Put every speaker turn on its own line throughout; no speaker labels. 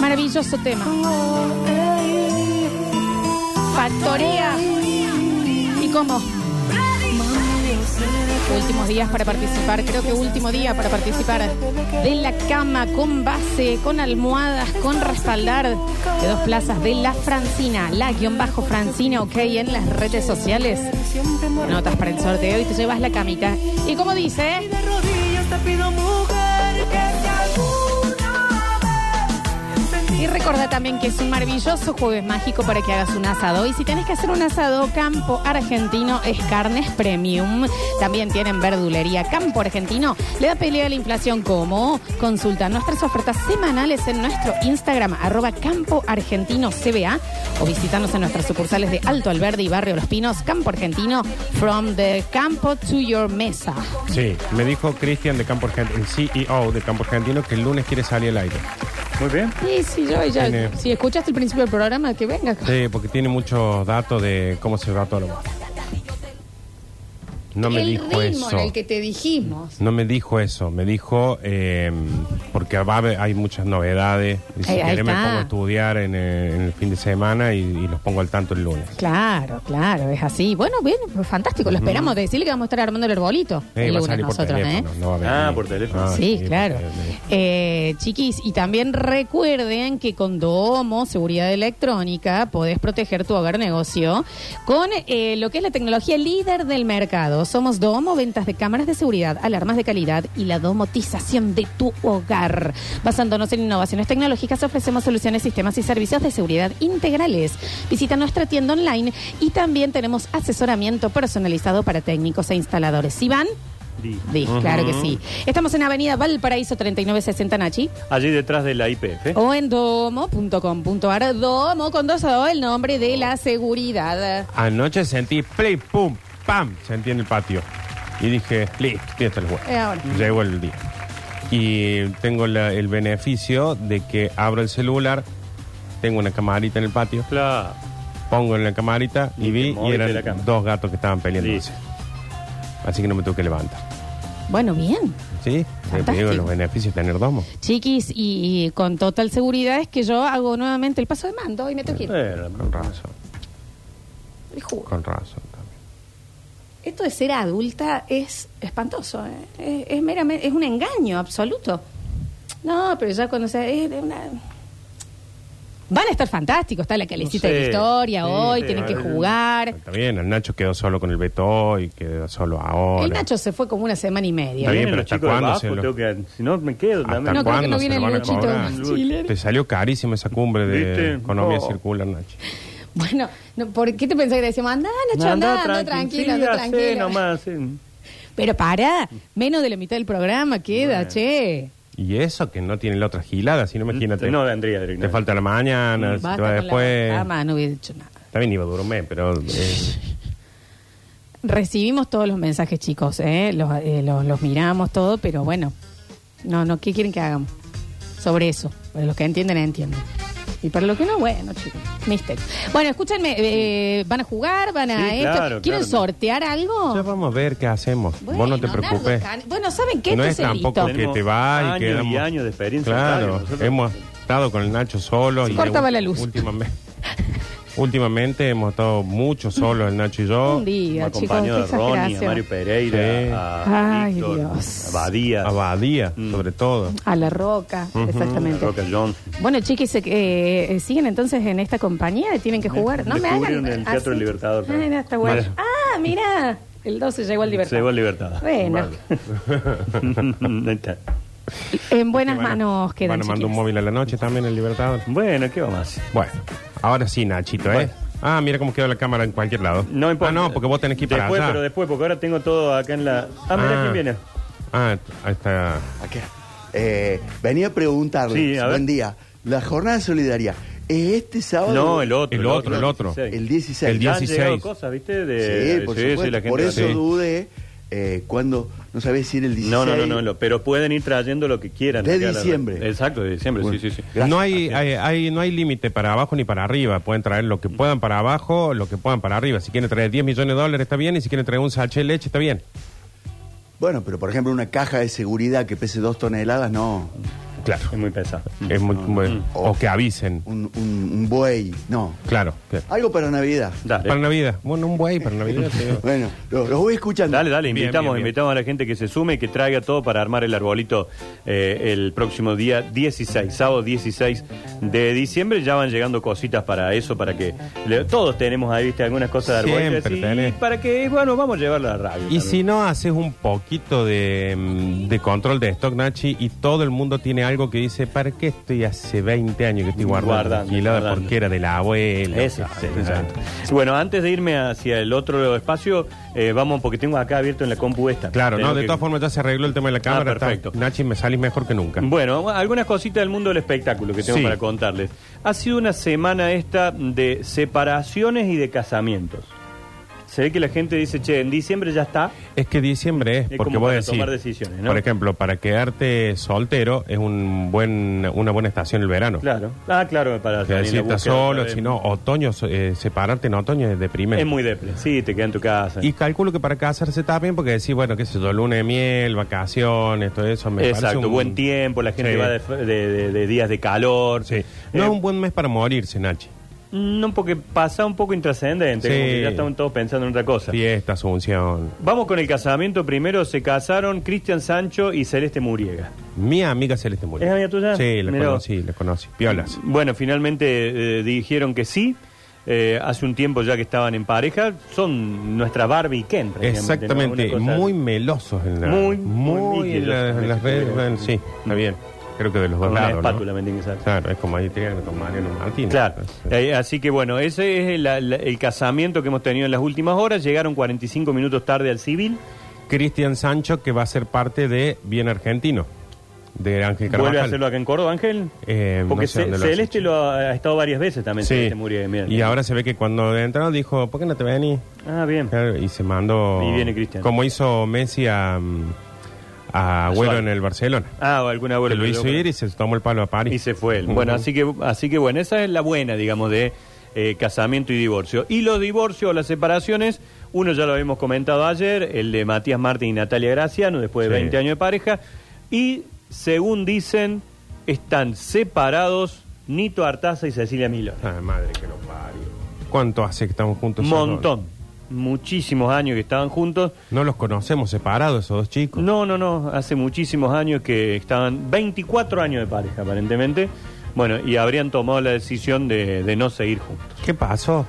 maravilloso tema. Factoría. ¿Y cómo? Últimos días para participar, creo que último día para participar de la cama con base, con almohadas, con respaldar de dos plazas de la Francina, la guión bajo Francina, ok, en las redes sociales. Notas para el sorteo y te llevas la camita. Y como dice, Y recuerda también que es un maravilloso jueves mágico para que hagas un asado. Y si tenés que hacer un asado, Campo Argentino es carnes premium. También tienen verdulería. Campo Argentino le da pelea a la inflación como consulta nuestras ofertas semanales en nuestro Instagram, arroba Campo Argentino CBA, o visítanos en nuestras sucursales de Alto Alberdi y Barrio Los Pinos, Campo Argentino, from the campo to your mesa.
Sí, me dijo Cristian de Campo Argentino, el CEO de Campo Argentino, que el lunes quiere salir al aire.
Muy bien.
Sí, sí, yo ya.
Tiene-
Si escuchaste el principio del programa, que venga.
Sí, porque tiene muchos datos de cómo se va todo. No me
el
dijo
ritmo
eso.
en el que te dijimos.
No me dijo eso, me dijo, eh, porque va a haber- hay muchas novedades. Y si
Ahí- ahí
querés me
está.
pongo a estudiar en el, en el fin de semana y, y los pongo al tanto el lunes.
Claro, claro, es así. Bueno, bien, pues fantástico. Lo esperamos. Decirle que vamos a estar armando el arbolito
Eh,
el
va a
lunes
salir por
nosotros, ¿eh?
teléfono, no va a venir.
Ah, por teléfono.
Ah,
Sí,
por
claro.
teléfono.
Eh, chiquis, y también recuerden que con Domo, seguridad electrónica, podés proteger tu hogar negocio con eh, lo que es la tecnología líder del mercado. Somos Domo, ventas de cámaras de seguridad, alarmas de calidad y la domotización de tu hogar. Basándonos en innovaciones tecnológicas, ofrecemos soluciones, sistemas y servicios de seguridad integrales. Visita nuestra tienda online y también tenemos asesoramiento personalizado para técnicos e instaladores. Si van, Sí, claro que sí. Estamos en Avenida Valparaíso 3960 Nachi
Allí detrás de la IPF.
Oh.
o en domo.com.ar. Domo con dos o el nombre de la seguridad.
Anoche sentí play, pum, pam, sentí en el patio. Y dije, listo, ya está el juego.
Eh, ahora.
Llegó el día. Y tengo la- el beneficio de que abro el celular, tengo una camarita en el patio,
Claro.
pongo en la camarita y,
Y te
vi y
moviste de la
eran
cama.
dos gatos que estaban peleando.
Sí.
Así que no me tuve que levantar.
Bueno, bien.
¿Sí? Te
Fantástico.
digo los beneficios de tener domo.
Chiquis, y, y con total seguridad es que yo hago nuevamente el paso de mando y me tengo que ir.
Bueno,
Con razón,
El jugo.
con razón también.
Esto de ser adulta es espantoso. ¿eh? Es, es meramente, es un engaño absoluto. No, pero ya cuando se... es de una- Van a estar fantásticos, está la que le
No
hiciste de la
sé.
historia
Sí,
hoy,
sí,
tienen que
a ver.
jugar.
Está bien, el Nacho quedó solo con el Beto y quedó solo ahora.
El Nacho se fue como una semana y media.
Está bien,
vienen
pero
los
¿hasta
chicos de
cuándo
abajo,
se lo-
tengo que- Si no, me quedo
¿Hasta
también.
No, creo que
cuándo
no
se
viene
lo
el
van a
Luchito
cobrar?
Chile.
Te salió carísima esa cumbre de
¿Viste?
economía
No.
circular, Nachi.
Bueno, no, ¿por qué te pensás que le decíamos, andá, Nacho, andá, andá, tranquilo,
sí,
andá,
hacé
tranquilo?
nomás, sí.
Pero para, menos de la mitad del programa queda, che.
Y eso que no tiene la otra gilada, si no imagínate.
No, vendría directamente.
te falta la mañana, si te
Basta
va
con la
después.
cama, no hubiera dicho nada.
También iba a durar un mes, pero. eh,
Recibimos todos los mensajes, chicos, ¿eh? Los, eh, los- los miramos todo, pero bueno, no, no, ¿qué quieren que hagamos? Sobre eso, para los que entienden, entienden. Y para los que no, bueno, chicos, mistake. Bueno, escúchenme, eh, ¿van a jugar? ¿Van a
Sí,
esto?
claro,
¿Quieren
claro.
sortear algo?
ya vamos a ver qué hacemos. Vos no te
Nardo
preocupes.
Can- bueno, ¿saben qué?
no
Esto
es
el
tampoco
listo.
que te va
Tenemos
y
años y
quedamos.
años de experiencia, claro,
Claro,
nosotros-
hemos estado con el Nacho solo.
Se
y
cortaba
ul-
la luz.
Últimamente, últimamente hemos estado mucho solos, el Nacho y yo.
Un día, chicos, qué
Acompañado de Ronnie, a
exageración.
Mario Pereira,
Sí.
a
Ay,
Víctor,
Dios.
a Badía,
A Badía,
Mm.
sobre todo.
A la roca,
a
exactamente.
Roca Jones.
Bueno, chiquis, eh, eh, ¿siguen entonces en esta compañía? ¿Tienen que jugar? No me hagan.
Descubrieron el Teatro del Libertador.
Ah, no, está bueno.
Bueno.
Ah, mira. El 12 llegó al Libertador.
Llegó al Libertador.
Bueno,
Vale. Ahí está.
en buenas
Bueno,
manos quedan.
Bueno, mando un
chiquis.
móvil a la noche también, el Libertador.
bueno, ¿qué vamos a hacer?
Bueno, ahora sí, Nachito, ¿eh?
Bueno.
Ah, mira cómo quedó la cámara en cualquier lado.
No importa.
Ah, no, porque vos tenés que ir para
después,
allá.
pero después, porque ahora tengo todo acá en la. Ah, mira
Ah.
quién viene.
Ah, ahí está.
Acá. Eh, venía a preguntarles,
Sí, a ver.
buen día, la jornada de solidaridad, ¿es este sábado?
No, el otro.
El otro, el otro.
El 16.
El
Ya han
16.
llegado cosas, ¿viste? De,
Sí, por
eh, sí,
supuesto.
sí, la gente
por
va-
eso
Sí.
dudé eh, cuando, no sabés si era el
No,
16.
no, no, no, lo- pero pueden ir trayendo lo que quieran.
De
acá a la-
diciembre.
Exacto, de diciembre, sí, sí, sí.
Gracias.
No hay, hay- hay- no hay límite para abajo ni para arriba. Pueden traer lo que puedan para abajo, lo que puedan para arriba. Si quieren traer 10 millones de dólares, está bien. Y si quieren traer un sachet de leche, está bien.
Bueno, pero por ejemplo, una caja de seguridad que pese dos toneladas, no.
Claro.
Es muy pesado.
Es muy- bueno,
Mm.
O
Oh.
que avisen.
Un, un- un buey, no.
Claro. claro.
Algo para Navidad.
Para
Dale,
Navidad. Bueno, un buey para Navidad. te digo.
Bueno, lo- los voy escuchando.
dale, dale,
Bien, bien,
invitamos,
bien.
invitamos a la gente que se sume y que traiga todo para armar el arbolito eh, el próximo día 16, sábado 16 de diciembre. Ya van llegando cositas para eso, para que le- todos tenemos ahí, viste, algunas cosas de arbolito.
Siempre
así,
tenés.
y para que, bueno, vamos a llevarla a la radio.
Y
también.
si no haces un poquito de, mm, de control de stock, Nachi, y todo el mundo tiene algo que dice, ¿para qué estoy hace 20 años que estoy guardando,
Guardando,
tranquilada
guardando.
porque era de la abuela? Ah,
Eso,
Sí,
este, exacto. Bueno, antes de irme hacia el otro espacio, eh, vamos, porque tengo acá abierto en la compu esta.
Claro,
Tengo
no, de
que- Ah,
todas formas ya se arregló el tema de la cámara. está-
perfecto.
Nachi, me salís mejor que nunca.
Bueno, algunas cositas del mundo del espectáculo que tengo
Sí.
para contarles. Ha sido una semana esta de separaciones y de casamientos. Se ve que la gente dice, che, en diciembre ya está.
Es que diciembre es,
Es
porque
como
voy a
para
decir,
tomar decisiones, ¿no?
por ejemplo, para quedarte soltero es un buen, una buena estación el verano.
Claro. Ah, claro, para
Que
salir en
si
la
estás
búsqueda otra
solo,
vez.
si no, otoño, eh, separarte en otoño es deprimente.
Es muy depre. Sí, te queda en tu casa.
Y calculo que para casarse está bien porque decís, bueno, qué sé yo, luna de miel, vacaciones, todo eso. Me parece
Exacto,
un-
buen tiempo, la gente
Sí.
va de, de- de- de días de calor.
Sí.
Eh,
No es un buen mes para morirse, Nachi.
No, porque pasa un poco intrascendente,
Sí.
como que ya estaban todos pensando en otra cosa.
Fiesta, Asunción.
Vamos con el casamiento primero. Se casaron Cristian Sancho y Celeste Muriega.
Mi amiga Celeste Muriel.
¿Es amiga tuya?
Sí, la
Mirá vos.
conocí, la conocí. Piolas.
Bueno, finalmente eh, dijeron que sí. Eh, hace un tiempo ya que estaban en pareja. Son nuestra Barbie y Ken. prácticamente, ¿no? Una
Exactamente,
cosa-
muy melosos en la,
Muy,
muy,
muy
en, la-
melosos.
en las redes, bueno, sí, está bien. Creo que de los
Con
dos
una
lados, ¿no?
espátula, me tiene que saber.
Claro, es como ahí tienen con Mariano Martínez.
Claro.
Sí.
Eh, así que bueno, ese es el, la- el casamiento que hemos tenido en las últimas horas. Llegaron 45 minutos tarde al civil.
Cristian Sancho que va a ser parte de Bien Argentino de Ángel Carvajal.
Vuelve a hacerlo acá en Córdoba, Ángel.
Eh,
Porque
no sé
Ce-
dónde lo has
Celeste
hecho.
lo ha, ha estado varias veces también.
Sí.
Celeste Muriega, eh, mira.
Y ahora se ve que cuando entraron dijo, ¿por qué no te venís?
Ah, bien.
Claro, Y se mandó.
Y viene Cristian.
Como hizo Messi a, mm, a Agüero
Suárez.
en el Barcelona.
Ah, o alguna
Que
abuela
lo
que
hizo
logra.
ir y se tomó el palo a París.
Y se fue él. Bueno,
Ujú.
así que, así que bueno, esa es la buena, digamos, de eh, casamiento y divorcio. Y los divorcios, las separaciones, uno ya lo habíamos comentado ayer, el de Matías Martín y Natalia Graciano, después de
Sí.
20 años de pareja. Y según dicen, están separados Nito Artaza y Cecilia Milo.
Ah, madre que lo parió. ¿Cuánto hace que estamos juntos? esos
Montón. Muchísimos años que estaban juntos.
dos? No los conocemos separados esos dos chicos.
No, no, no. Hace muchísimos años que estaban 24 años de pareja, aparentemente. Bueno, y habrían tomado la decisión de, de no seguir juntos.
¿Qué pasó?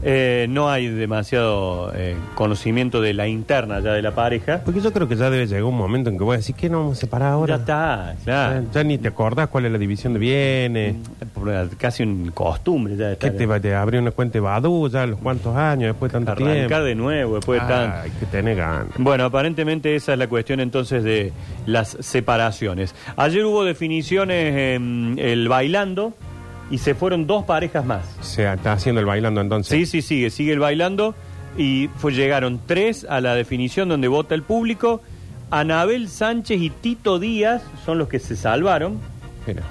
Eh, no hay demasiado eh, conocimiento de la interna ya de la pareja.
Porque yo creo que ya debe llegar un momento en que voy a decir que no vamos a separar ahora.
Ya está,
Ya,
claro.
ya ni te acordás cuál es la división de bienes.
Mm, Por- Casi un costumbre ya de
Que
estar
te, va- te abrió una cuenta de Badu ya a los cuantos años, después de tanto tiempo.
arrancar de nuevo después de tanto.
Ay, Ah, que tener ganas.
Bueno, aparentemente esa es la cuestión entonces de las separaciones. Ayer hubo definiciones en el bailando y se fueron dos parejas más.
Se está haciendo el bailando
Sí,
entonces.
sí, sigue, sigue el bailando. Y fue, llegaron tres a la definición donde vota el público. Anabel Sánchez y Tito Díaz son los que se salvaron.
Mira.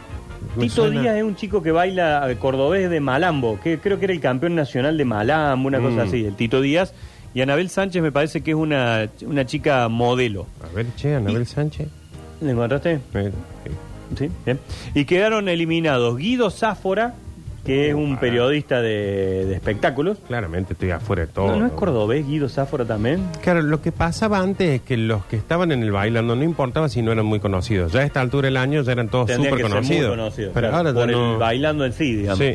Tito
Suena-
Díaz es un chico que baila eh, cordobés de Malambo, que creo que era el campeón nacional de Malambo, una
Mm.
cosa así, el Tito Díaz. Y Anabel Sánchez me parece que es una, una chica modelo.
A ver, che, Anabel Sánchez. eh,
¿La encontraste?
Mira, sí.
Sí, bien. Y quedaron eliminados Guido Sáfora, que es un periodista de, de espectáculos.
Claramente estoy afuera de todo.
No, no es cordobés, Guido Sáfora también.
Claro, lo que pasaba antes es que los que estaban en el bailando no importaba si no eran muy conocidos. Ya a esta altura del año ya eran todos
Tendría
súper
que ser muy
conocidos.
conocido,
Pero
claro,
ahora
por
ya
el
no.
bailando en sí, digamos.
Sí.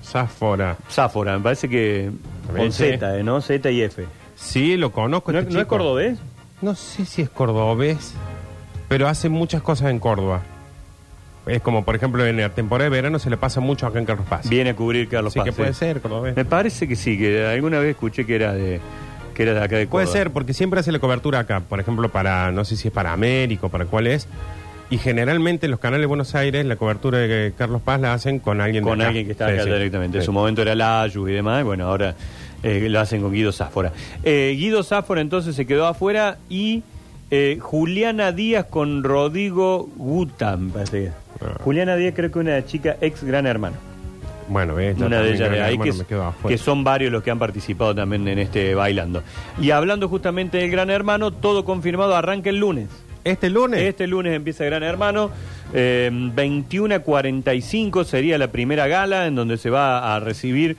Sáfora.
Sáfora, me parece que
También,
con
sí.
Z, eh, ¿no? Z y F.
Sí, lo conozco.
¿No,
este
no es
chico.
cordobés?
No sé si es cordobés, pero hace muchas cosas en Córdoba. Es como, por ejemplo, en la temporada de verano se le pasa mucho acá en Carlos Paz.
Viene a cubrir Carlos
Así
Paz.
que
sí.
puede ser cordobés.
Me parece que sí, que alguna vez escuché que era de que era de acá de
Puede
Córdoba.
ser, porque siempre hace la cobertura acá. Por ejemplo, para, no sé si es para Américo, para cuál es. Y generalmente en los canales de Buenos Aires la cobertura de Carlos Paz la hacen con alguien de
Con
acá.
alguien que está
Sí,
acá
sí.
directamente. En
Sí.
su momento era Layu y demás. y Bueno, ahora eh, lo hacen con Guido Sáfora. Eh, Guido Sáfora entonces se quedó afuera y eh, Juliana Díaz con Rodrigo Gutam. parece que es.
Ah.
Juliana Díaz creo que una chica ex gran hermano.
Bueno, ves, ya
Una de
también
ellas
creo
de
que,
ahí,
bueno,
que,
me quedo afuera.
que son varios los que han participado también en este bailando. Y hablando justamente del Gran Hermano, todo confirmado, arranca el lunes.
Este lunes.
Este lunes empieza Gran Hermano Eh, 21 a 45 sería la primera gala en donde se va a recibir.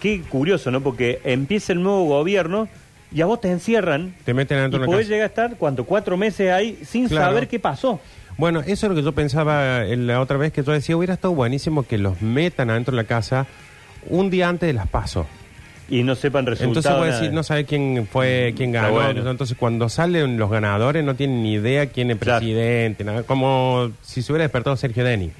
Qué curioso, ¿no? Porque empieza el nuevo gobierno y a vos te encierran.
Te meten
y
adentro de una
podés
casa.
llegar a estar, ¿cuánto? Cuatro meses ahí sin
Claro.
saber qué pasó.
Bueno, eso es lo que yo pensaba en la otra vez que yo decía, hubiera estado buenísimo que los metan adentro de la casa un día antes de las pasos.
Y no sepan resultados.
Entonces puede
nada.
decir, no sabe quién fue, quién
Está
ganó.
bueno.
Entonces cuando salen los ganadores no tienen ni idea quién es
Claro.
presidente, nada. Como si se hubiera despertado Sergio Deni,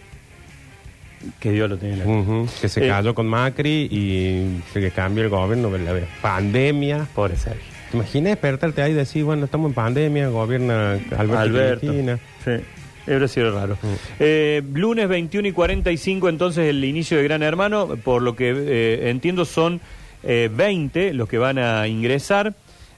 Que Dios lo tenga en la
Ujú, que se
Eh.
cayó con Macri y se le cambió el gobierno, la pandemia.
Pobre Sergio.
¿Te imaginas despertarte ahí y decir, bueno, estamos en pandemia, gobierna Alberto, y Cristina?
Sí. Habrá sido raro. Eh, lunes 21 y 45, entonces el inicio de Gran Hermano. Por lo que eh, entiendo, son eh, 20 los que van a ingresar.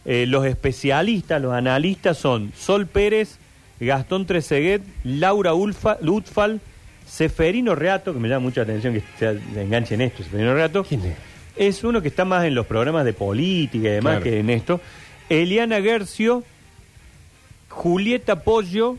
Eh, los especialistas, los analistas son Sol Pérez, Gastón Treseguet, Laura Ulfa, Lutfal, Seferino Reato, que me llama mucha atención que se se enganche en esto, Seferino Reato.
¿Quién es?
Es uno que está más en los programas de política y demás
Claro.
que en esto. Eliana Gercio, Julieta Pollo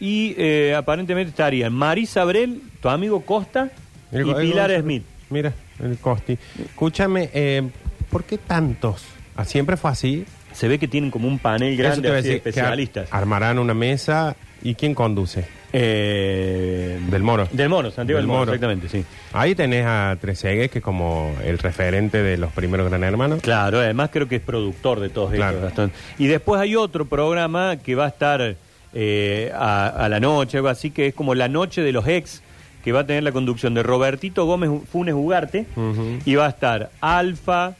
y eh, aparentemente estarían Marisa Abrel, tu amigo Costa
El
y
go- el
Pilar
Gonzalo.
Smith.
Mira, el Costi. Escúchame, eh, ¿por qué tantos? Ah, ¿Siempre fue así?
Se ve que tienen como un panel
Eso
grande
te iba a
así de
decir, que
especialistas.
ar- armarán una mesa y ¿quién conduce?
Eh,
Del Moro.
Del Moro, Santiago del,
Del
Moro,
Moro.
exactamente, sí.
Ahí tenés a Treseguet, que es como el referente de los primeros Gran Hermanos.
Claro, además creo que es productor de todos
Claro.
estos, Gastón. Y después hay otro programa que va a estar eh, a, a la noche, algo así, que es como La Noche de los Ex, que va a tener la conducción de Robertito Gómez Funes Ugarte,
Ujú.
y va a estar Alfa,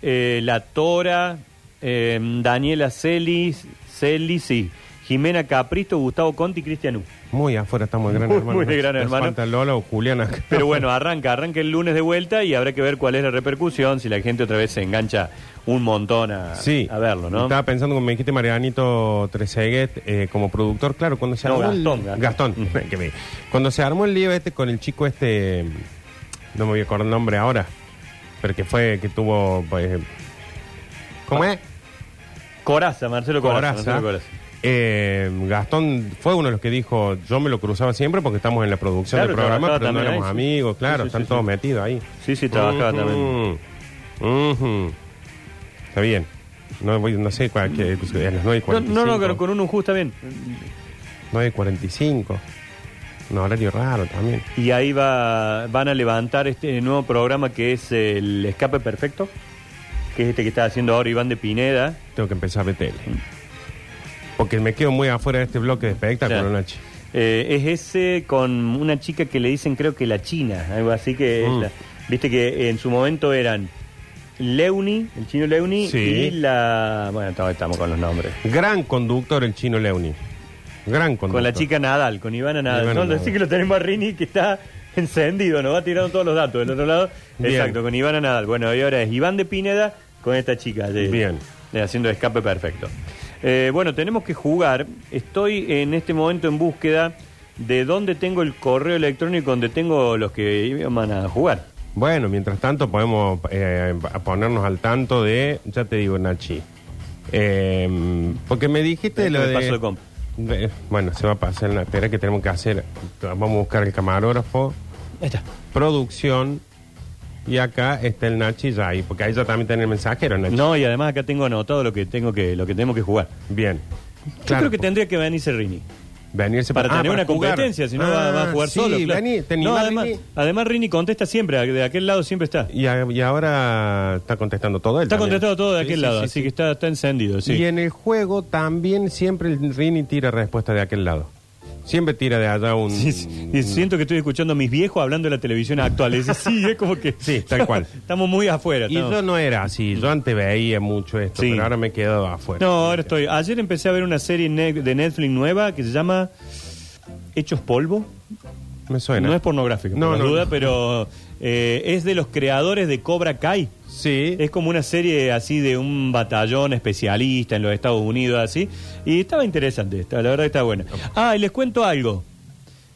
eh, La Tora, eh, Daniela Celis, Celis, sí, Jimena Capristo, Gustavo Conti y Cristian U.
Muy afuera estamos de Gran
Muy,
Hermano.
muy de Gran
Nos
Hermano.
Falta Lola o Juliana.
Pero bueno, arranca, arranca el lunes de vuelta y habrá que ver cuál es la repercusión, si la gente otra vez se engancha un montón a,
Sí,
a verlo, ¿no?
Estaba pensando, como me dijiste, Marianito Treseguet eh, como productor, claro, cuando se
No,
armó. el-
Gastón, Gastón.
Gastón. que me- Cuando se armó el lío este con el chico este, no me voy a acordar el nombre ahora, pero que fue, que tuvo. pues, ¿Cómo
Ah,
es?
Coraza, Marcelo Coraza.
Coraza.
Marcelo Coraza.
Eh, Gastón fue uno de los que dijo, yo me lo cruzaba siempre porque estamos en la producción
Claro,
del programa,
trabajaba
pero no
también
éramos
ahí, sí.
amigos, claro,
Sí, sí,
están
sí,
todos
sí.
metidos ahí.
Sí, sí, trabajaba también.
también. Está bien. No, voy- no sé, cuál, que, a las 9 y
No,
45.
no, no, pero con un justo bien.
9 y 45. Un horario raro también.
Y ahí va, van a levantar este nuevo programa que es el Escape Perfecto, que es este que está haciendo ahora Iván de Pineda.
Tengo que empezar a ver tele. Porque me quedo muy afuera de este bloque de espectáculo,
Claro.
Nachi.
Eh, es ese con una chica que le dicen creo que la China, algo así que es
Mm.
la- viste que en su momento eran Leuni, el chino Leuni
Sí.
y la bueno estamos- estamos con los nombres.
Gran conductor el chino Leoni. Gran conductor.
Con la chica Nadal, con Ivana Nadal.
Ivana
¿no?
Nadal.
Así que lo tenemos a Rini que está encendido, nos va tirando todos los datos del otro lado.
Bien.
Exacto, con Ivana Nadal. Bueno, y ahora es Iván de Pineda con esta chica. de-
Bien.
de haciendo escape perfecto. Eh, bueno, tenemos que jugar. Estoy en este momento en búsqueda de dónde tengo el correo electrónico donde tengo los que iban a jugar.
Bueno, mientras tanto podemos eh, a ponernos al tanto de, ya te digo, Nachi, Eh, porque me dijiste
Déjame
lo de...
Este paso de comp.
de- bueno, se va a pasar una espera que tenemos que hacer. Vamos a buscar el camarógrafo,
Ahí está.
producción, y acá está el Nachi ya ahí, porque ahí ya también tiene el mensajero, Nachi.
No, y además acá tengo anotado lo que tengo que, lo que tenemos que jugar.
Bien.
Yo
Claro,
creo que tendría que venirse Rini.
venirse
Para
ah,
tener una
jugar.
competencia, si no
Ah,
va, va a jugar
sí,
solo. claro.
vení, te
no,
animás,
además,
Rini.
además Rini contesta siempre, de aquel lado siempre está.
Y, a- y ahora está contestando todo él.
Está
también.
contestado todo de
Sí,
aquel
sí,
lado,
sí,
así
sí.
que está, está encendido, sí.
Y en el juego también siempre el Rini tira respuesta de aquel lado. Siempre tira de allá un...
Sí, sí. Y siento que estoy escuchando a mis viejos hablando de la televisión actual. Es sí, es como que.
Sí, tal cual.
Estamos muy afuera.
Y
estamos-
yo no era así, yo antes veía mucho esto,
Sí.
pero ahora me he quedado afuera.
No, ahora estoy. Ayer empecé a ver una serie ne- de Netflix nueva que se llama Hechos Polvo.
Me suena.
No es pornográfico,
No,
no,
no,
duda,
no.
pero eh, es de los creadores de Cobra Kai.
Sí,
Es como una serie así de un batallón especialista en los Estados Unidos, así. Y estaba interesante, esta, la verdad que está buena. Ah, y les cuento algo.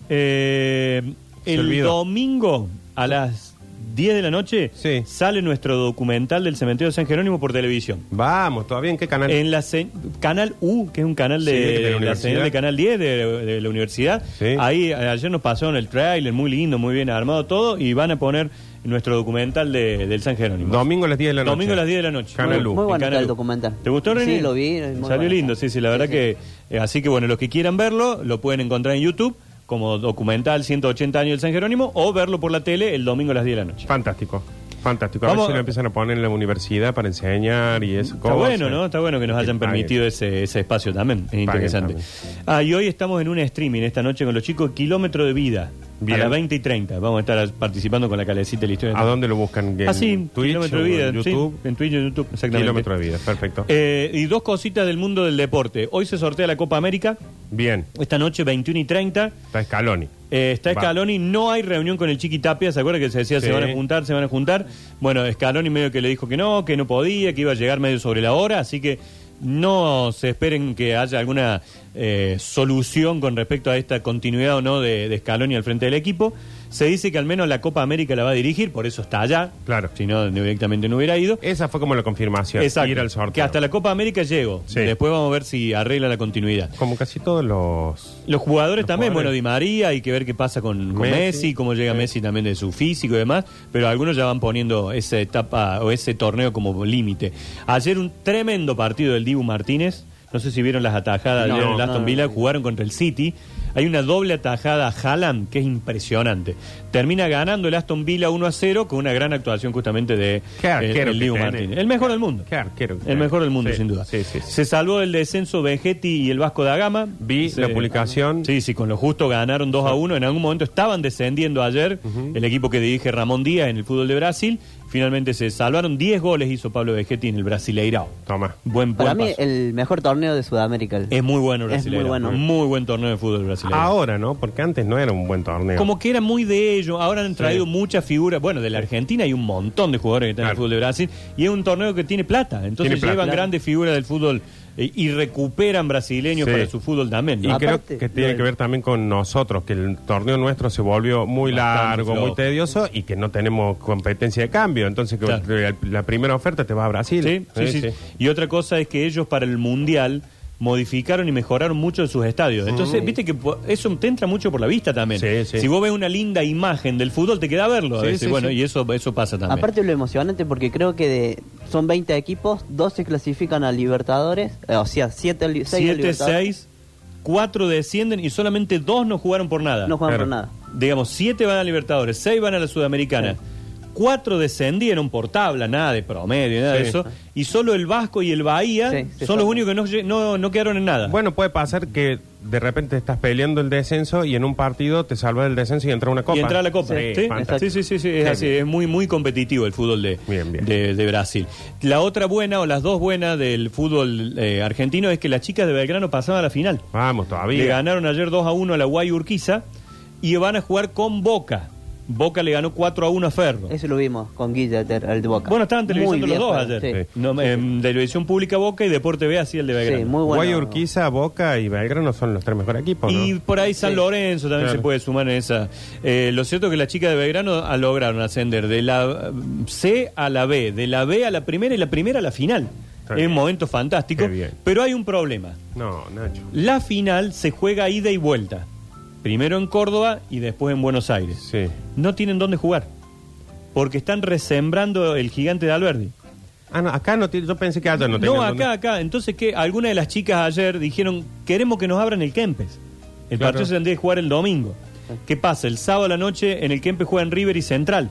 Eh,
Se
el
olvidó.
domingo a las 10 de la noche,
Sí.
sale nuestro documental del cementerio de San Jerónimo por televisión.
Vamos, todavía en qué canal.
En la se- Canal U, que es un canal de,
Sí, de la
de la
universidad.
señal de Canal 10 de, de la universidad.
Sí.
Ahí eh, ayer nos pasaron el trailer, muy lindo, muy bien armado todo, y van a poner nuestro documental de- del San Jerónimo.
Domingo a las 10 de la noche.
Domingo a las 10 de la noche.
Canal
Muy-
U.
Muy
en
bonito
Canal
el
U.
documental.
¿Te gustó,
Sí,
René?
lo vi, es muy
Salió
bueno.
lindo, sí, sí, la verdad
sí.
que... eh, así que bueno, los que quieran verlo, lo pueden encontrar en YouTube como documental 180 años del San Jerónimo o verlo por la tele el domingo a las 10 de la noche.
Fantástico. Fantástico. A
Vamos-
ver si lo empiezan a poner en la universidad para enseñar y eso.
Está bueno, ¿no? Está bueno que nos hayan permitido ese, ese espacio también. Es interesante. Ah, y hoy estamos en un streaming esta noche con los chicos Kilómetro de Vida.
Bien.
A las 20 y 30. Vamos a estar participando con la calecita de la historia.
¿A dónde lo buscan? ¿En
Ah, sí,
Twitch
Kilómetro
o
de Vida.
en
sí,
YouTube?
en Twitch y en YouTube, exactamente.
Kilómetro de vida, perfecto.
Eh, y dos cositas del mundo del deporte. Hoy se sortea la Copa América.
Bien,
Esta noche, 21 y 30.
está Scaloni.
Eh, está
Va.
Scaloni, no hay reunión con el Chiqui Tapia, ¿se acuerda que se decía
Sí.
se van a juntar, se van a juntar? Bueno, Scaloni medio que le dijo que no, que no podía, que iba a llegar medio sobre la hora, así que no se esperen que haya alguna eh, solución con respecto a esta continuidad o no de, de Scaloni al frente del equipo. Se dice que al menos la Copa América la va a dirigir, por eso está allá.
Claro.
Si no, directamente no hubiera ido.
Esa fue como la confirmación.
Exacto.
Ir al sorteo.
Que hasta la Copa América llego.
Sí.
Después vamos a ver si arregla la continuidad.
Como casi todos los...
Los jugadores
Los
también,
jugadores.
bueno, Di María, hay que ver qué pasa con, con Messi,
Messi,
cómo llega
sí.
Messi también de su físico y demás, pero algunos ya van poniendo esa etapa o ese torneo como límite. Ayer un tremendo partido del Dibu Martínez, no sé si vieron las atajadas
No,
ayer en el
no,
Aston
no,
Villa,
no.
jugaron contra el City. Hay una doble atajada a Haaland que es impresionante. Termina ganando el Aston Villa 1 a 0 con una gran actuación justamente de
Qué
eh,
arquero
el
que
Dibu
tiene.
Martínez. El mejor del mundo.
Qué arquero que
El
tiene.
mejor del mundo,
Sí,
sin duda.
sí, sí, sí.
Se salvó del descenso Vegetti y el Vasco da Gama.
Vi
Se-
la publicación.
Sí, sí, con lo justo ganaron 2 a 1. En algún momento estaban descendiendo ayer el equipo que dirige Ramón Díaz en el fútbol de Brasil. Finalmente se salvaron. 10 goles hizo Pablo Vegetti en el Brasileirao.
Toma.
Buen,
Para
buen
mí,
paso.
el mejor torneo de Sudamérica.
Es muy bueno el
Es muy
Brasileirao.
bueno.
Muy buen torneo de fútbol brasileño.
Ahora, ¿no? Porque antes no era un buen torneo.
Como que era muy de ellos. Ahora han traído muchas figuras. Bueno, de la Argentina hay un montón de jugadores que están en el
Claro.
fútbol de Brasil. Y es un torneo que tiene plata. Entonces
Tiene plata.
llevan
Claro.
grandes figuras del fútbol eh, y recuperan brasileños
Sí.
para su fútbol también.
Y
¿no?
creo
Aparte,
que
lo
tiene
de-
que ver también con nosotros, que el torneo nuestro se volvió muy
Bastante
largo,
flojo.
muy tedioso y que no tenemos competencia de cambio. Entonces, que
Claro.
la, la primera oferta te va a Brasil.
Sí, sí, sí. Y otra cosa es que ellos para el Mundial modificaron y mejoraron mucho de sus estadios. Entonces, viste que po- eso te entra mucho por la vista también.
Mm. Sí, sí.
Si vos ves una linda imagen del fútbol, te queda verlo. a
Sí,
veces.
sí,
bueno,
sí.
y eso, eso pasa también.
Aparte lo emocionante porque creo que de, son 20 equipos, dos se clasifican a Libertadores, eh, o sea, 7 6
7,
Libertadores
6, 4 descienden y solamente dos no jugaron por nada.
no juegan
Claro.
por nada.
Digamos, 7 van a Libertadores, 6 van a la Sudamericana. 4 descendieron por tabla, nada de promedio, nada de
Sí.
eso. Y solo el Vasco y el Bahía
Sí, se
son los
salvan.
únicos que no, lle- no, no quedaron en nada.
Bueno, puede pasar que de repente estás peleando el descenso y en un partido te salva del descenso y entra una copa.
Y entrar a la Copa.
Sí,
Sí,
fantástico.
sí, sí, sí, sí, es así, es muy, muy competitivo el fútbol de,
Bien, bien.
de, de Brasil. La otra buena, o las dos buenas del fútbol eh, argentino, es que las chicas de Belgrano pasaron a la final.
Vamos,
Le
todavía.
ganaron ayer 2 a 1 a la Guay Urquiza y van a jugar con Boca. Boca le ganó 4 a 1 a Ferro.
Eso lo vimos con Guilla, el de Boca.
Bueno, estaban
Muy
televisando los
bien
dos
juegan,
ayer.
sí.
No, em, televisión pública Boca y Deporte B, así el de Belgrano.
Sí, muy bueno.
Guay, Urquiza, Boca y Belgrano son los tres mejores equipos, ¿no?
Y por ahí San
Sí.
Lorenzo también
Claro.
se puede sumar en esa. Eh, lo cierto es que las chicas de Belgrano ah, lograron ascender de la mm, C a la B, de la B a la primera y la primera a la final.
Está
Es un
bien.
momento fantástico.
Qué bien.
Pero hay un problema.
No, Nacho.
La final se juega ida y vuelta. Primero en Córdoba y después en Buenos Aires.
Sí.
No tienen dónde jugar. Porque están resembrando el gigante de Alberdi.
Ah, no, acá no tiene. Yo pensé que allá no tenía.
No, acá, acá. Entonces, que Algunas de las chicas ayer dijeron, queremos que nos abran el Kempes. El
Claro.
partido se tendría que jugar el domingo. ¿Qué pasa? El sábado a la noche en el Kempes juegan River y Central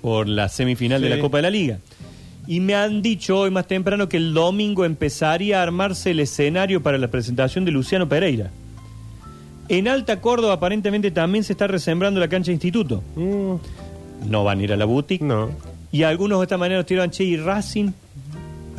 por la semifinal de
Sí.
la Copa de la Liga. Y me han dicho hoy más temprano que el domingo empezaría a armarse el escenario para la presentación de Luciano Pereira. En Alta Córdoba aparentemente también se está resembrando la cancha de instituto.
Mm,
No van a ir a la boutique.
no.
Y algunos de esta manera nos tiran, che, y Racing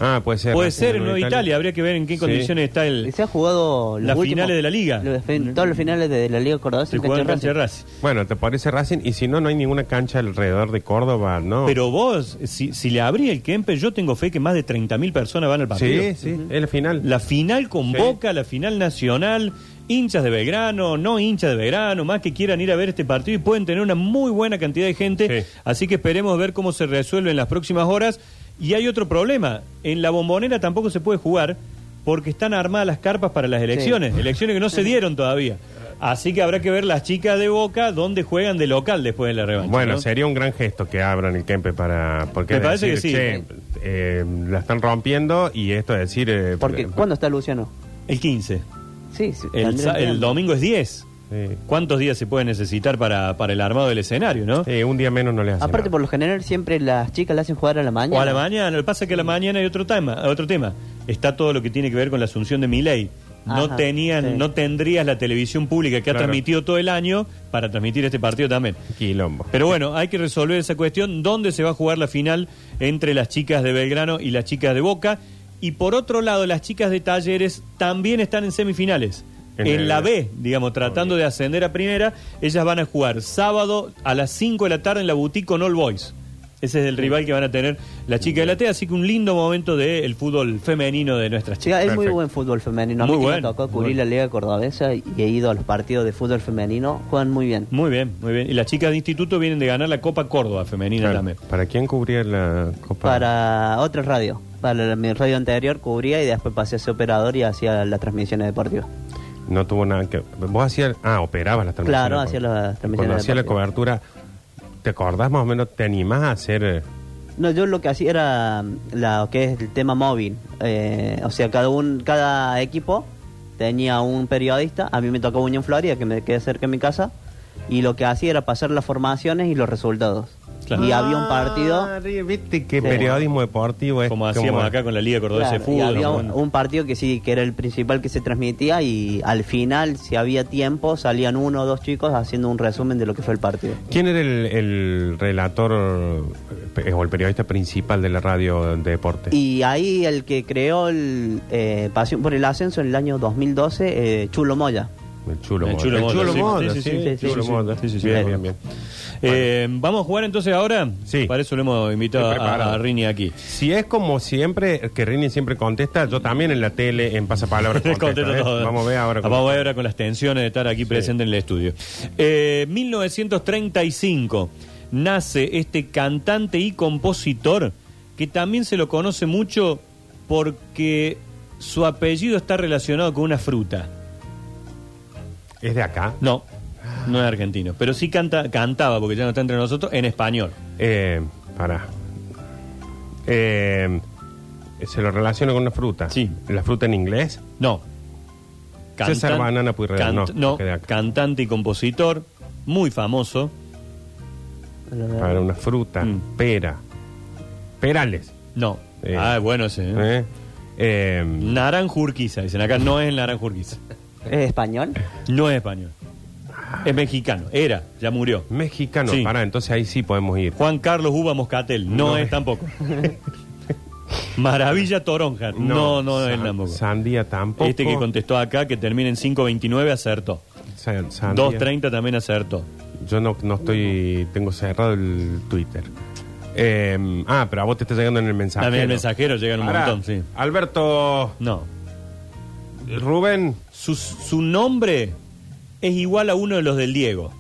Ah, puede ser.
Puede
Racing
ser
de
en Nueva Italia. habría que ver en qué
Sí.
condiciones está
Y
el.
se ha jugado los
Las
últimos-
finales de la Liga. Mm.
los fin- todos los finales de la Liga Cordobesa
Se
en
juega en cancha
Cancha
de
Racing.
Racing.
Bueno, te parece Racing y si no, no hay ninguna cancha alrededor de Córdoba, ¿no?
Pero vos, si, si le abrí el Kempe, yo tengo fe que más de 30.000 personas van al partido.
Sí, sí, es la final.
La final con
Sí.
Boca, la final nacional. hinchas de Belgrano, no hinchas de Belgrano, más que quieran ir a ver este partido y pueden tener una muy buena cantidad de gente.
Sí.
Así que esperemos ver cómo se resuelve en las próximas horas. Y hay otro problema, en la bombonera tampoco se puede jugar porque están armadas las carpas para las elecciones, elecciones que no se dieron todavía. Así que habrá que ver las chicas de Boca dónde juegan de local después de la revancha.
Bueno,
¿no?
sería un gran gesto que abran el Kempe para. Porque
Me
es
parece
decir,
que sí.
"Che, eh, la están rompiendo y esto es decir. eh,
Porque,
eh,
¿cuándo está Luciano?
el 15.
Sí, sí,
El,
tendría
sa-
que-
el domingo es 10.
Sí.
¿Cuántos días se puede necesitar para, para el armado del escenario, no?
sí, eh, un día menos no le hace.
Aparte,
nada.
por lo general, siempre las chicas le hacen jugar a la mañana.
O a la mañana, lo que pasa es que a la mañana hay otro tema, otro tema. Está todo lo que tiene que ver con la asunción de Milei. No
Ajá,
tenían,
sí.
no tendrías la televisión pública que ha
Claro.
transmitido todo el año para transmitir este partido también.
Quilombo.
Pero bueno, hay que resolver esa cuestión. ¿Dónde se va a jugar la final entre las chicas de Belgrano y las chicas de Boca? Y por otro lado, las chicas de Talleres también están en semifinales. En,
En el-
la B, digamos, tratando de ascender a primera, ellas van a jugar sábado a las 5 de la tarde en la boutique con All Boys. Ese es el rival que van a tener las chicas de la T, así que un lindo momento del fútbol femenino de nuestras
Chica,
chicas.
es muy
Perfecto.
buen fútbol femenino. A mí
Muy
que me
bueno,
tocó
muy
cubrir la Liga Cordobesa y he ido a los partidos de fútbol femenino. Juegan muy bien.
Muy bien, muy bien. Y las chicas de instituto vienen de ganar la Copa Córdoba femenina
Claro.
también.
¿Para quién cubría la copa?
Para otra radio. Para la- mi radio anterior cubría y después pasé a ser operador y hacía las transmisiones deportivas.
No tuvo nada que. Vos hacías. Ah, operabas las transmisiones.
Claro, hacía las transmisiones
Cuando hacías la
deportivas.
cobertura, ¿te acordás más o menos? ¿Te animás a hacer.? eh,
No, yo lo que hacía era mm, la, lo que es el tema móvil. Eh, o sea, cada, un, cada equipo tenía un periodista. A mí me tocó Unión Florida, que me quedé cerca de mi casa. Y lo que hacía era pasar las formaciones y los resultados.
Claro.
Y había un partido.
Ah, ¿Viste qué
Sí.
periodismo deportivo es?
Como hacíamos
como-
acá con la Liga Cordobesa
Pues, Claro,
de
y
Fútbol.
había
¿no?
un, un partido que sí, que era el principal que se transmitía y al final, si había tiempo, salían uno o dos chicos haciendo un resumen de lo que fue el partido.
¿Quién era el, el relator eh, o el periodista principal de la radio de deporte?
Y ahí el que creó el eh, Pasión por el Ascenso en el año 2012, eh, Chulo Moya.
El chulo
El
Moda.
Chulo Moda, sí,
Moda,
sí, sí,
sí, sí,
Chulo
sí,
Moda.
sí, sí, sí.
Bien, bien, bien.
Eh, Vamos a jugar entonces ahora.
Sí.
Para eso lo hemos invitado
Estoy preparado.
a, a Rini aquí.
Si es como siempre, que Rini siempre contesta, yo también en la tele, en Pasapalabras contesto,
Contesto
¿eh?
todo.
Vamos a ver ahora.
Ah,
cómo-
Vamos a ver ahora con las tensiones de estar aquí presente en el estudio. Eh, 1935 nace este cantante y compositor que también se lo conoce mucho porque su apellido está relacionado con una fruta.
¿Es de acá?
No, no es argentino, pero sí canta, cantaba, porque ya no está entre nosotros, en español.
Eh, para. Eh, se lo relaciona con una fruta.
Sí.
¿La fruta en inglés?
No.
César Banana Pueyrredón,
cant-
no,
no,
que de acá.
cantante y compositor, muy famoso.
Para una fruta.
Mm.
Pera. Perales.
No.
Eh.
Ah, bueno, ese. ¿eh?
¿eh?
Mm.
Eh,
Naranjo Urquiza, dicen acá, no es el Naranjo Urquiza.
¿Es español?
No es español. Es mexicano, era, ya murió.
mexicano.
Sí.
Para, entonces ahí sí podemos ir.
Juan Carlos Uva Moscatel, no,
No
es
es.
tampoco. Maravilla Toronja, no, no, es
San-
tampoco.
Sandía tampoco.
Este que contestó acá, que termina en 529, acertó.
Sa- sandía.
230 también acertó.
Yo no, no estoy. Tengo cerrado el Twitter. Eh, ah, pero a vos te está llegando en el mensaje.
También el mensajero llega en un montón, sí.
Alberto.
No.
Rubén.
Su, su nombre es igual a uno de los del Diego.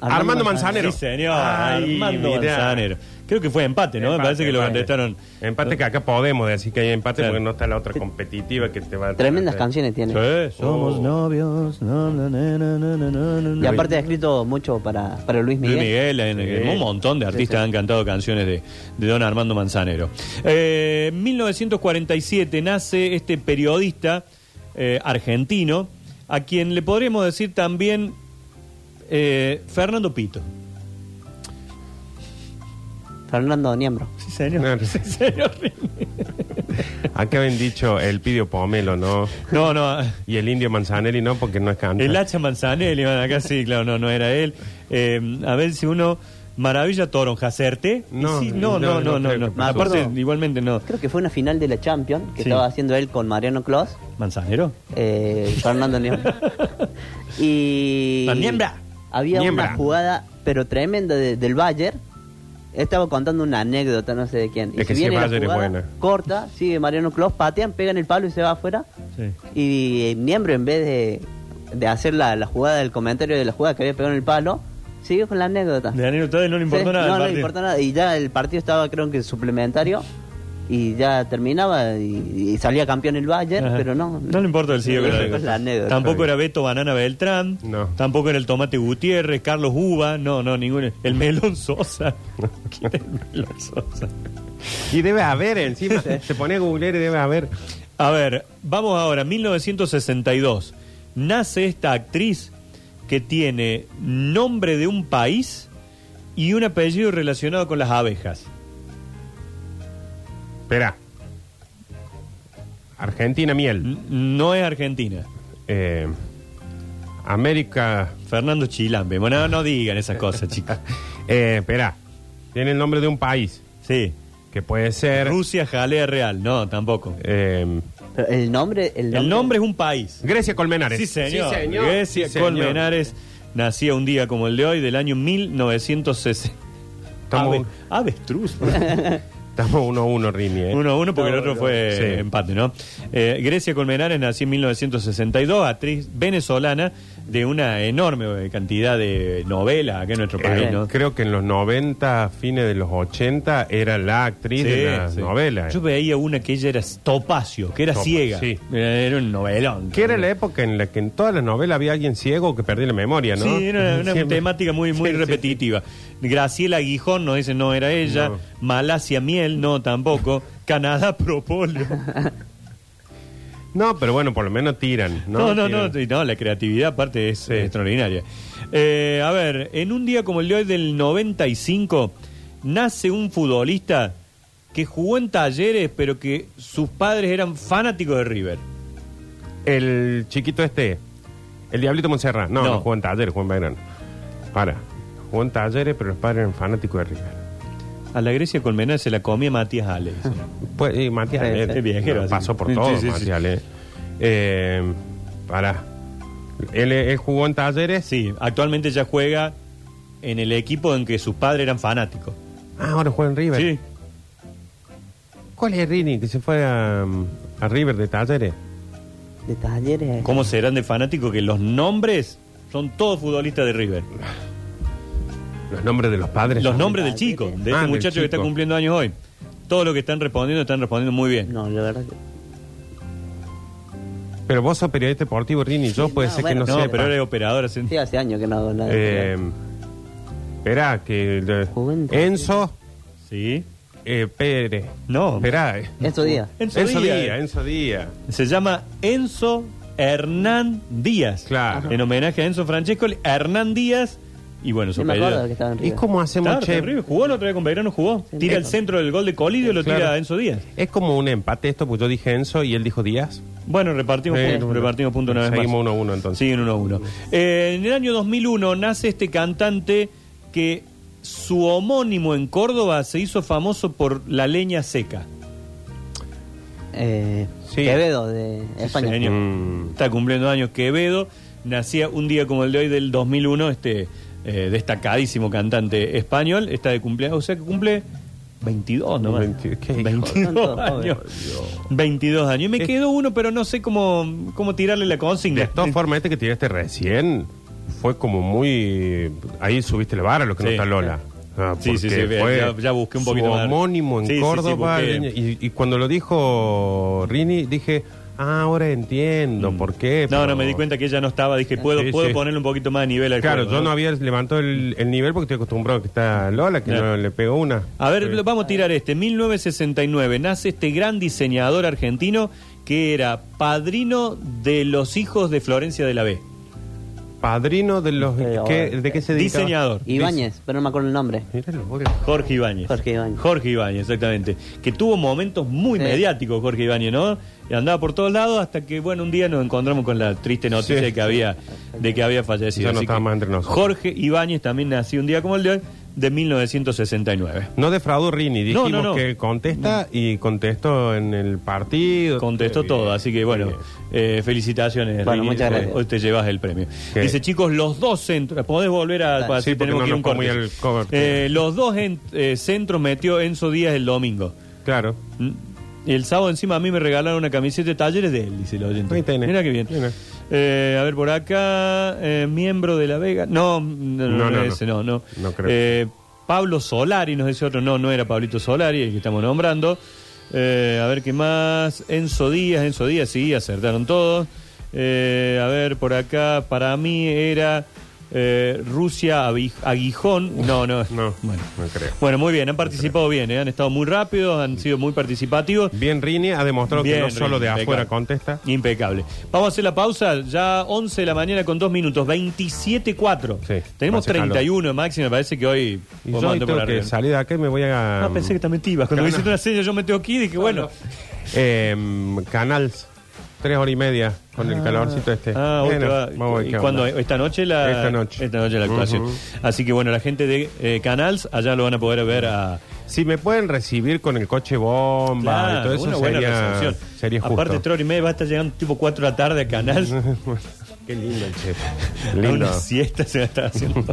Armando Manzanero.
Sí, señor.
Ay,
Armando
mirá.
Manzanero. Creo que fue empate, ¿no? Me
Empate,
parece que lo
empate.
contestaron.
Empate que acá podemos decir que hay empate
Claro.
porque no está la otra competitiva que te va a.
Tremendas canciones tiene.
Sí,
somos
novios.
Y aparte ha escrito mucho para, para Luis Miguel.
Luis Miguel, en- en- un montón de artistas han cantado canciones de, de don Armando Manzanero. Eh, 1947 nace este periodista eh, argentino, a quien le podríamos decir también eh, Fernando Pito.
Fernando Niembro.
Sí, señor.
Claro.
Sí, señor.
Acá habían dicho el Pidio Pomelo, ¿no?
No, no.
Y el Indio Manzanelli, ¿no? Porque no es cantante.
El hacha Manzanelli, van acá sí, claro, no, no era él. Eh, a ver si uno. Maravilla Toronja, ¿acerte? Y
No,
sí, no, no,
no,
no, no.
no creo
no.
que pasó.
Aparte,
Ah, Perdón.
igualmente no.
Creo que fue una final de la Champions que
Sí.
estaba haciendo él con Mariano Clos,
¿Manzanero?
eh, Fernando Niembro. y.
Niembra.
Había
Niembra.
una jugada, pero tremenda, de- del Bayern Estaba contando una anécdota, no sé de quién.
Es que si
viene la
Bayer es
jugada,
buena.
Corta, sigue Mariano Clos, patean, pegan el palo y se va afuera.
Sí.
Y el miembro, en vez de, de hacer la, la jugada del comentario de la jugada que había pegado en el palo, siguió con la anécdota.
De Daniel Hurtado no le importó
Sí,
nada.
No,
el
no le
partido.
importó nada. Y ya el partido estaba, creo que suplementario. Y ya terminaba y, y salía campeón el Bayern,
Ajá.
pero no.
No le importa el
No
siguiente.
le importa la anécdota.
Tampoco era Beto Banana Beltrán.
No.
Tampoco era el Tomate Gutiérrez, Carlos Uva. No, no, ninguno. El Melón Sosa. ¿Quién es Melón Sosa?
Y debe haber encima. Se pone a googlear y debe haber.
A ver, vamos ahora, 1962. Nace esta actriz que tiene nombre de un país y un apellido relacionado con las abejas.
Espera. Argentina miel.
N- no es Argentina.
Eh, América.
Fernando Chilambe. Bueno, no, no digan esas cosas, chicas.
Eh, espera. Tiene el nombre de un país.
Sí.
Que puede ser.
Rusia, jalea real. No, tampoco.
eh,
Pero el nombre. El nombre,
El nombre es un país.
Grecia Colmenares.
Sí, señor.
Sí, señor.
Grecia
Sí, señor.
Colmenares nacía un día como el de hoy, del año 1960.
Estamos-
Ave- avestruz.
Estamos 1-1, uno, a uno, Rini. eh.
Uno a uno porque el otro fue
Sí.
empate, ¿no? Eh, Grecia Colmenares nació en 1962, actriz venezolana de una enorme eh, cantidad de novelas acá en nuestro
Eh,
país, ¿no?
Creo que en los 90, fines de los 80, era la actriz de la
Sí, sí.
novela. eh.
Yo veía una que ella era Topacio, que era
Topacio,
ciega.
sí.
Eh, Era un novelón.
Que era la época en la que en todas las novelas había alguien ciego que perdía la memoria, ¿no?
Sí, era una
Siempre.
temática muy, muy
Sí, sí.
repetitiva. Graciela Aguijón, no dice, no era ella.
No.
Malasia Miel, no, tampoco. Canadá Propóleo.
No, pero bueno, por lo menos tiran.
No,
No,
no, no,
Tiran.
y no, la creatividad aparte es
Sí.
eh, extraordinaria. Eh, a ver, en un día como el de hoy del 95, nace un futbolista que jugó en talleres, pero que sus padres eran fanáticos de River.
El chiquito este, el Diablito Montserrat. No,
No.
no, jugó en talleres, jugó en Belgrano. Para. Jugó en talleres, pero los padres eran fanáticos de River.
A la Grecia Colmenar se la comía Matías Ale.
Pues, y Matías
Sí,
Ale,
sí. Viajero,
no,
así.
pasó por
Sí,
todo,
sí, sí.
Matías Ale. Eh, para. Él, él jugó en talleres.
Sí, actualmente ya juega en el equipo en que sus padres eran fanáticos.
Ah, ahora juega en River.
Sí,
¿Cuál es Rini que se fue a, a River de talleres?
De talleres.
¿cómo serán de fanáticos que los nombres son todos futbolistas de River?
Los nombres de los padres.
Los
son-
nombres del chico, de este
Ah, del
muchacho que está
chico.
cumpliendo años hoy. Todos los que están respondiendo están respondiendo muy bien.
No, la verdad. que-
Pero vos sos periodista deportivo, Rini. Yo
Sí,
puede
no,
ser
bueno,
que no,
No,
sepa.
pero eres operador. así-
Sí, hace años que no hago nada.
Eh, Esperá, que. el- eh,
Jugó en talleres.
Enzo
Sí.
eh, Pérez.
No.
Esperá. eh.
Estos días.
Enzo,
Enzo
Díaz.
Díaz, Enzo Díaz.
Se llama Enzo Hernán Díaz.
Claro.
En homenaje a Enzo Francesco, Hernán Díaz. Y bueno, su
Sí, me acuerdo
apellido.
que estaba en
¿Y
River.
cómo hacemos,
Claro,
che?
está River. jugó la otra vez con Belgrano, jugó.
Sí,
tira
me
el
acuerdo.
centro del gol de Colidio y lo
Claro.
tira Enzo Díaz.
Es como un empate esto, porque yo dije Enzo y él dijo Díaz.
Bueno, repartimos
Sí,
puntos,
bueno.
repartimos puntos una vez
Seguimos
más.
uno a uno, entonces.
Siguen 1 1. Eh, en el año 2001 nace este cantante que su homónimo en Córdoba se hizo famoso por la leña seca.
Eh,
Sí.
Quevedo de España.
Señor.
Mm.
Está cumpliendo años Quevedo. Nacía un día como el de hoy del 2001, este eh, destacadísimo cantante español. Está de cumpleaños, o sea que cumple 22 nomás.
20, qué hijo de
22
tanta
años.
joven.
22 años. Y me
Es-
quedó uno, pero no sé cómo, cómo tirarle la
De
consigna.
todas formas, este que tiraste recién fue como muy. Ahí subiste la vara, lo que no
Sí.
está Lola. Ah,
Sí, sí,
porque
sí,
fue
ya- ya busqué un
su
poquito más.
homónimo en
Sí, sí, sí,
Córdoba.
busqué.
y, y cuando lo dijo Rini, dije, ah, ahora entiendo por qué.
Mm. No,
pero- Ah,
no, me di cuenta que ella no estaba. Dije, puedo,
Sí,
puedo
sí.
ponerle un poquito más de nivel al
Claro,
juego,
yo no había levantado el, el nivel porque estoy acostumbrado a que está Lola, que
Ya. Ah.
no le pegó una.
A ver, lo- vamos a tirar este. 1969 nace este gran diseñador argentino que era padrino de los hijos de Florencia de la B.
Padrino de los.
Sí,
¿qué-
ahora-
¿De qué se dedicaba?
Diseñador.
Ibáñez, pero no me acuerdo el nombre.
Míralo, vos.
Jorge Ibáñez.
Jorge Ibáñez.
Jorge Ibáñez, exactamente. Que tuvo momentos muy
Sí.
mediáticos, Jorge Ibáñez, ¿no? Y Andaba por todos lados hasta que, bueno, un día nos encontramos con la triste noticia
Sí.
de, que había, de que había fallecido.
Ya no
Así
estaba
que
más entre nosotros.
Jorge Ibáñez también nació un día como el de hoy, de 1969.
No defraudó Rini, dijimos
No, no, no.
que contesta y contestó en el partido.
Contestó
Qué
todo,
bien,
así que
qué
bueno,
bien.
eh, felicitaciones.
Bueno,
Rini,
muchas
hoy-
gracias.
Hoy te llevas el premio.
¿Qué?
Dice, chicos, los dos centros. Podés volver a.
Sí,
para- si
porque no
ir a
nos fue muy al corte.
Eh, los dos en- eh, centros metió Enzo Díaz el domingo.
Claro.
Mm. Y el sábado encima a mí me regalaron una camiseta de talleres de él, dice el oyente.
Ahí tenés.
Mira qué bien.
Mira.
Eh, a ver, por acá, eh, miembro de La Vega. No, no, no,
No, no,
ese no,
no.
no.
No creo.
Eh, Pablo Solari, nos dice otro, no, no era Pablito Solari, el que estamos nombrando. Eh, a ver qué más. Enzo Díaz, Enzo Díaz, sí, acertaron todos. Eh, a ver, por acá, para mí era eh, Rusia Abi- Aguijón. No, no.
No,
Bueno.
no creo.
Bueno, muy bien, han participado bien, ¿eh? han estado muy rápidos, han sido muy participativos.
Bien, Rini ha demostrado
Bien,
que no solo
Rini,
de
impecable.
afuera contesta.
Impecable. Vamos a hacer la pausa, ya 11 de la mañana con 2 minutos, 27.4.
Sí,
Tenemos
hace calor.
31 de máxima, parece que hoy
Y
vos
yo hoy
mando por
tengo que
arriba.
salir de acá y me voy a.
Ah, pensé que también te ibas.
Claro,
Cuando me hiciste
no.
una seña yo me tengo aquí y dije, bueno.
Em, Canals, tres horas y media con el calorcito este.
Ah, hoy te
Bueno,
va-
vamos a ver
¿Y
qué
cuándo?
onda.
Esta noche la
Esta noche.
la actuación.
Ujú.
Así que bueno, la gente de eh, Canals allá lo van a poder ver a
Si me pueden recibir con el coche bomba
Claro,
y todo eso
una buena
sería,
recepción.
sería justo.
Aparte, tres horas y media va a estar llegando tipo 4 de la tarde a Canals.
Qué lindo el chef.
A
Lindo.
Una siesta se va a estar haciendo.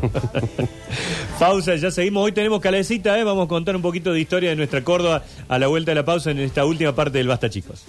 pausa, ya seguimos. Hoy tenemos calecita, ¿eh? vamos a contar un poquito de historia de nuestra Córdoba a la vuelta de la pausa en esta última parte del Basta, chicos.